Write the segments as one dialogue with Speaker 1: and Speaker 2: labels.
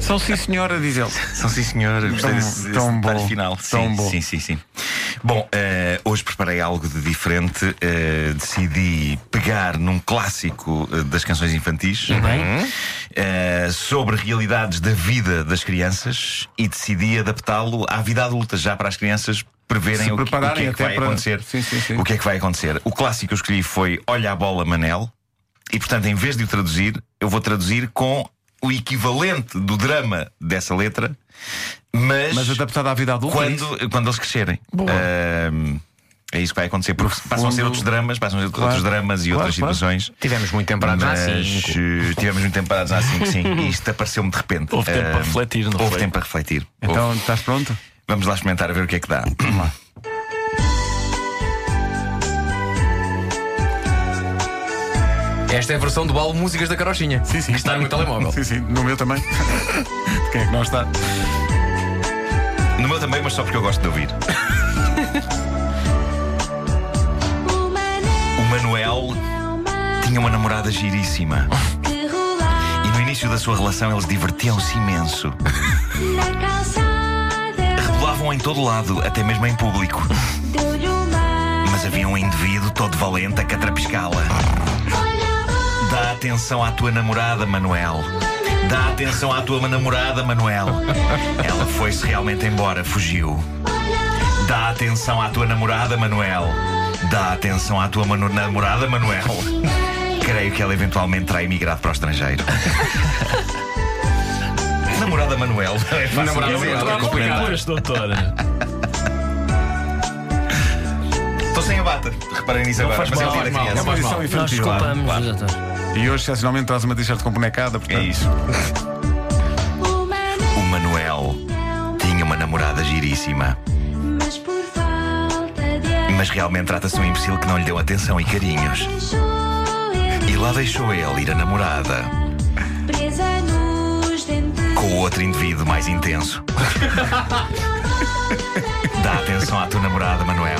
Speaker 1: São sim senhora, diz ele.
Speaker 2: São sim, senhora. Gostei
Speaker 1: Tão-
Speaker 2: desse, desse
Speaker 1: tão
Speaker 2: detalhe
Speaker 1: bom,
Speaker 2: final.
Speaker 1: tão
Speaker 2: sim,
Speaker 1: bom.
Speaker 2: sim, sim, sim. Bom, eh, hoje preparei algo de diferente. Eh, decidi pegar num clássico eh, das canções infantis
Speaker 1: Uhum.
Speaker 2: é? eh, sobre realidades da vida das crianças e decidi adaptá-lo à vida adulta, já para as crianças preverem
Speaker 1: Se
Speaker 2: o que, o que
Speaker 1: prepararem
Speaker 2: é que
Speaker 1: até
Speaker 2: vai
Speaker 1: para-
Speaker 2: acontecer.
Speaker 1: Sim, sim, sim.
Speaker 2: O que é que vai acontecer? O clássico que eu escolhi foi Olha a bola Manel. E portanto, em vez de o traduzir, eu vou traduzir com o equivalente do drama dessa letra, mas,
Speaker 1: Mas adaptado à vida adulta. é isso?
Speaker 2: quando, quando eles crescerem.
Speaker 1: Boa.
Speaker 2: Ahm, é isso que vai acontecer, porque passam a ser
Speaker 1: fundo-
Speaker 2: outros dramas, passam a ser
Speaker 1: Claro.
Speaker 2: outros dramas e
Speaker 1: Claro,
Speaker 2: outras
Speaker 1: claro.
Speaker 2: situações.
Speaker 3: Tivemos muito tempo para
Speaker 2: Mas
Speaker 3: dar cinco.
Speaker 2: eh, tivemos muito tempo parados há 5, sim. E isto apareceu-me de repente.
Speaker 4: Houve tempo para
Speaker 2: Ahm,
Speaker 4: refletir, não
Speaker 2: Houve
Speaker 4: foi?
Speaker 2: tempo para refletir. Houve.
Speaker 1: Então, estás pronto?
Speaker 2: Vamos lá experimentar a ver o que é que dá.
Speaker 3: Esta é a versão do álbum Músicas da Carochinha.
Speaker 1: Sim, sim.
Speaker 3: Que está no meu telemóvel.
Speaker 1: Sim, sim. No meu também. De Quem é que não está?
Speaker 2: No meu também, mas só porque eu gosto de ouvir. o Manuel tinha uma namorada giríssima. E no início da sua relação eles divertiam-se imenso. Rebelavam em todo lado, até mesmo em público. Mas havia um indivíduo todo valente a catrapiscá-la. Dá atenção à tua namorada, Manuel. Dá atenção à tua namorada, Manuel. Ela foi-se realmente embora, fugiu. Dá atenção à tua namorada, Manuel. Dá atenção à tua manu- namorada, Manuel. Creio que ela eventualmente terá emigrado para o estrangeiro. namorada Manuel. É fácil
Speaker 3: Namorada
Speaker 1: um
Speaker 2: dizer,
Speaker 3: Manuel.
Speaker 2: não é complicado.
Speaker 4: Pois, doutora.
Speaker 2: Estou sem a bata. Reparem nisso agora.
Speaker 4: faz
Speaker 2: mas é o
Speaker 4: mal,
Speaker 2: dia da
Speaker 3: faz mal.
Speaker 2: criança.
Speaker 3: Não faz
Speaker 1: edição
Speaker 3: mal.
Speaker 1: infantil.
Speaker 5: doutor.
Speaker 1: E hoje, excepcionalmente, traz uma t-shirt com bonecada. Portanto,
Speaker 2: É isso. O Manuel tinha uma namorada giríssima,
Speaker 6: Mas por falta de
Speaker 2: mas realmente trata-se de um imbecil que não lhe deu atenção e carinhos.
Speaker 6: ajuda,
Speaker 2: E lá deixou ele ir a namorada
Speaker 6: presa nos dentes,
Speaker 2: com o outro indivíduo mais intenso. Dá atenção à tua namorada, Manuel.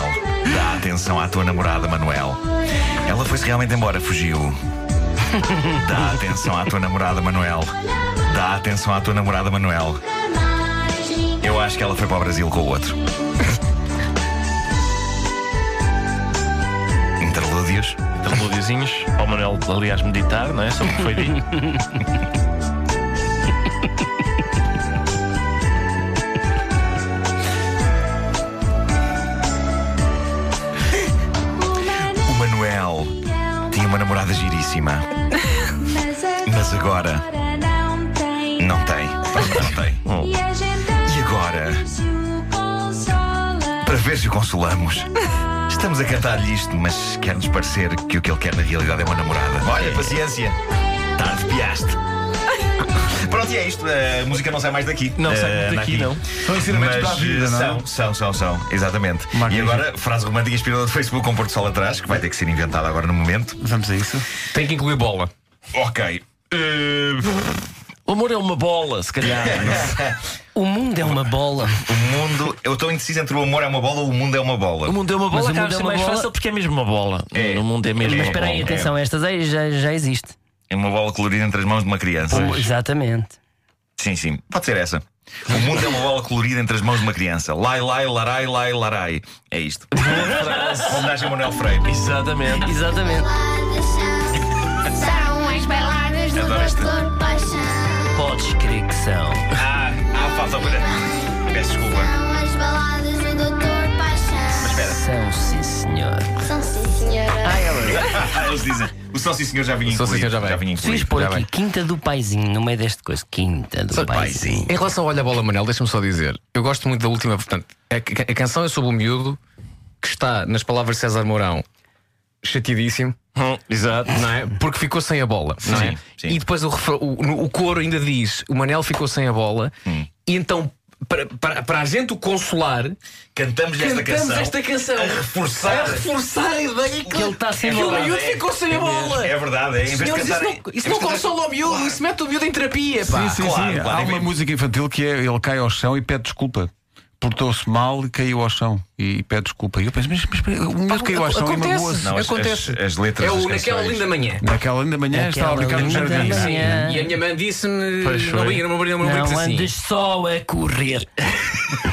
Speaker 2: Dá atenção à tua namorada, Manuel. Ela foi-se realmente embora, fugiu. Dá atenção à tua namorada, Manuel. Dá atenção à tua namorada, Manuel.
Speaker 6: mais ninguém.
Speaker 2: Eu acho que ela foi para o Brasil com o outro. Interlúdios.
Speaker 4: Interlúdiozinhos. Ao Manuel, aliás, meditar, não é? Sobre o que foi dito.
Speaker 2: O Manuel tinha uma namorada giríssima,
Speaker 6: Mas
Speaker 2: mas agora
Speaker 6: agora não tem.
Speaker 2: não tem. Não tem.
Speaker 6: E a gente
Speaker 2: E agora,
Speaker 6: se o consola.
Speaker 2: para ver se o consolamos, estamos a cantar-lhe isto, mas quer-nos parecer que o que ele quer na realidade é uma namorada. Tá, Olha, paciência. Tarde piaste. Pronto, e é isto. A música não sai mais daqui.
Speaker 4: Não sai
Speaker 2: Eh,
Speaker 4: muito daqui, não.
Speaker 1: São ensinamentos para a vida, não é?
Speaker 2: são, são, são, são, exatamente. E
Speaker 1: Magnífico.
Speaker 2: agora, frase romântica inspirada do Facebook com Porto Sol atrás, que vai ter que ser inventada agora no momento.
Speaker 1: Vamos a isso.
Speaker 3: Tem que incluir bola.
Speaker 2: Ok. Eh,
Speaker 4: O amor é uma bola, se calhar.
Speaker 5: O mundo é uma bola.
Speaker 2: O mundo. Eu estou indeciso entre o amor é uma bola ou o mundo é uma bola.
Speaker 4: O mundo é uma bola,
Speaker 5: o
Speaker 4: acaba
Speaker 5: mundo
Speaker 4: de
Speaker 5: é
Speaker 4: ser
Speaker 5: uma
Speaker 4: mais
Speaker 5: bola.
Speaker 4: fácil porque é mesmo uma bola.
Speaker 2: É.
Speaker 4: No mundo é mesmo
Speaker 2: Mas
Speaker 4: uma
Speaker 5: Mas espera aí,
Speaker 4: bola.
Speaker 5: atenção, esta aí já, já existe.
Speaker 2: É uma bola colorida entre as mãos de uma criança.
Speaker 5: Exatamente.
Speaker 2: Sim, sim. Pode ser essa. O mundo é uma bola colorida entre as mãos de uma criança. Lai, lai, larai, lai, larai. É isto. Homenagem a Manuel Freire.
Speaker 4: Exatamente.
Speaker 5: Exatamente.
Speaker 6: São as bailadas do
Speaker 2: Adoro esta.
Speaker 6: pastor paixão.
Speaker 5: Podes crer que são.
Speaker 2: Ah, ah, falta olha. Peço desculpa.
Speaker 6: São as baladas do doutor Paixão.
Speaker 2: Espera.
Speaker 5: São, sim, senhor.
Speaker 6: São sim, senhora.
Speaker 2: Eles dizem. O São Sim Senhor já vinha
Speaker 3: é. O São Sim,
Speaker 2: incluído.
Speaker 3: Senhor já vem.
Speaker 2: vinha
Speaker 5: Se
Speaker 2: incluído.
Speaker 5: pôr
Speaker 3: já
Speaker 5: aqui
Speaker 3: bem.
Speaker 5: Quinta do Paizinho no meio deste coisa. Quinta do Paizinho.
Speaker 3: Em relação ao Olha a Bola Manel, deixa-me só dizer. Eu gosto muito da última, portanto, a, ca- a canção é sobre o miúdo que está, nas palavras de César Mourão, chateadíssimo,
Speaker 4: Hum, Exato.
Speaker 3: não é? Porque ficou sem a bola, não é?
Speaker 2: Sim, sim.
Speaker 3: E depois o, refra- o, no- o coro ainda diz: o Manel ficou sem a bola,
Speaker 2: Hum.
Speaker 3: e então, para, para, para a gente o consolar,
Speaker 2: Cantamos esta
Speaker 3: cantamos
Speaker 2: canção.
Speaker 3: esta canção
Speaker 2: a reforçar. tá
Speaker 3: a reforçar a ideia que,
Speaker 5: Que ele está sem
Speaker 3: que o
Speaker 5: bola.
Speaker 3: miúdo ficou sem a bola.
Speaker 2: É verdade, é em vez de
Speaker 3: Senhores, isso
Speaker 2: cantarem-
Speaker 3: não, isso não
Speaker 2: em vez de cantarem-
Speaker 3: consola o miúdo, isso mete o miúdo em terapia, pá.
Speaker 1: Sim, sim,
Speaker 2: Ah, claro,
Speaker 1: sim.
Speaker 2: claro.
Speaker 1: Há uma música infantil que é ele cai ao chão e pede desculpa. portou-se mal e caiu ao chão e pede desculpa. E eu penso, mas, mas, mas o miúdo caiu ao chão e magoou-se.
Speaker 3: acontece,
Speaker 2: Não, as-
Speaker 3: acontece.
Speaker 2: as- as letras
Speaker 3: é o
Speaker 2: das
Speaker 3: naquela
Speaker 2: canções.
Speaker 3: linda manhã.
Speaker 1: Naquela ainda manhã estava a brincar no
Speaker 5: linda
Speaker 1: jardim.
Speaker 5: manhã.
Speaker 1: Sim.
Speaker 5: É.
Speaker 3: E a minha mãe disse-me:
Speaker 4: Pois
Speaker 3: não
Speaker 4: foi.
Speaker 3: brinques, não brinques, não brinques
Speaker 5: Não
Speaker 3: assim.
Speaker 5: andes só a correr.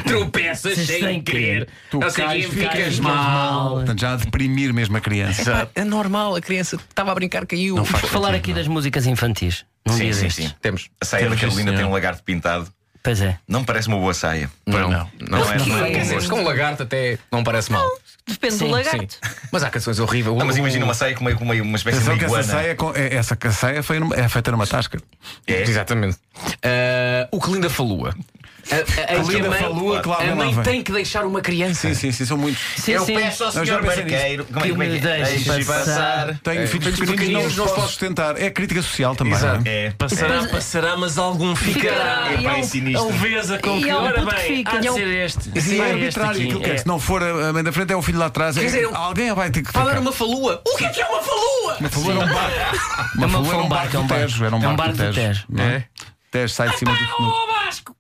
Speaker 3: Tropeças
Speaker 5: Sem
Speaker 3: sem querer.
Speaker 5: querer.
Speaker 1: Tu
Speaker 3: Não sei
Speaker 1: cais,
Speaker 3: quem,
Speaker 1: ficas
Speaker 3: cais
Speaker 1: mal. Portanto, já a deprimir mesmo a criança.
Speaker 3: É normal, a criança estava a brincar, caiu. Não
Speaker 5: Vamos falar aqui das músicas infantis. Num
Speaker 2: Sim,
Speaker 5: dia
Speaker 2: sim,
Speaker 5: destes.
Speaker 2: sim.
Speaker 3: Temos.
Speaker 2: A saia
Speaker 4: Temos,
Speaker 2: da Carolina
Speaker 4: sim,
Speaker 2: tem
Speaker 4: senhor.
Speaker 2: um lagarto pintado.
Speaker 5: Pois é.
Speaker 2: Não parece uma boa saia.
Speaker 3: Não,
Speaker 4: não.
Speaker 2: Não é- não é
Speaker 3: Quer
Speaker 2: bom
Speaker 3: dizer,
Speaker 2: gosto.
Speaker 3: com um lagarto até não parece mal.
Speaker 7: Depende do lagarto.
Speaker 3: Mas há canções horríveis.
Speaker 2: Não, Ah, mas
Speaker 3: O-
Speaker 2: imagina uma saia com meio, com meio uma espécie
Speaker 1: Atenção
Speaker 2: de
Speaker 1: que essa
Speaker 2: iguana.
Speaker 1: saia, com- é- essa saia foi numa- é feita numa tasca.
Speaker 2: É.
Speaker 3: Exatamente. Ah, o que linda falua. A, a, a,
Speaker 1: Que linda
Speaker 3: mãe-
Speaker 1: falua, Cláudia
Speaker 3: a mãe
Speaker 1: Nova.
Speaker 3: tem que deixar uma criança.
Speaker 1: Sim, sim, sim, são muitos.
Speaker 5: Sim,
Speaker 2: Eu
Speaker 5: sim.
Speaker 2: peço ao
Speaker 1: Eu já
Speaker 2: senhor
Speaker 1: pensei nisso.
Speaker 2: barqueiro como é
Speaker 5: Que
Speaker 2: como é
Speaker 5: me
Speaker 2: que é?
Speaker 5: deixe
Speaker 2: Deixe
Speaker 5: passar.
Speaker 1: É. Tenho filhos
Speaker 3: filhos
Speaker 1: pequeninos, não
Speaker 3: pequeninos,
Speaker 1: os
Speaker 3: não os
Speaker 1: posso
Speaker 3: posso-
Speaker 1: sustentar. É crítica social também.
Speaker 3: Exato.
Speaker 1: não é?
Speaker 2: É,
Speaker 4: Passará, passará, mas algum ficará.
Speaker 7: Ficará.
Speaker 2: é pá, é sinistro.
Speaker 4: Leveza com
Speaker 7: E
Speaker 4: que.
Speaker 7: há um
Speaker 4: Ora
Speaker 7: puto que
Speaker 4: bem,
Speaker 7: fica,
Speaker 4: há
Speaker 7: e
Speaker 4: de
Speaker 7: há um-
Speaker 4: ser este.
Speaker 1: Sim, é
Speaker 4: Sim, este
Speaker 1: arbitrário
Speaker 4: aqui,
Speaker 1: aquilo que é.
Speaker 4: é.
Speaker 1: Se não for a a mãe da frente, é o filho lá atrás. É-
Speaker 3: dizer, eu-
Speaker 1: Alguém vai ter que
Speaker 3: Fala
Speaker 1: ficar.
Speaker 3: era uma falua. O que é que é uma falua?
Speaker 1: Uma falou era um barco. Uma falou era um barco do Tejo. Era um
Speaker 5: É um
Speaker 1: barco do
Speaker 5: barco do
Speaker 1: Tejo.
Speaker 5: Tejo.
Speaker 1: não é? Tejo sai de cima do.
Speaker 7: Ó Vasco!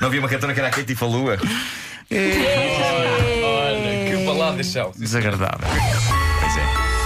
Speaker 2: Não havia uma cantora que era a Katy Falua.
Speaker 3: Que palavra, chão.
Speaker 1: Desagradável.
Speaker 2: Pois é.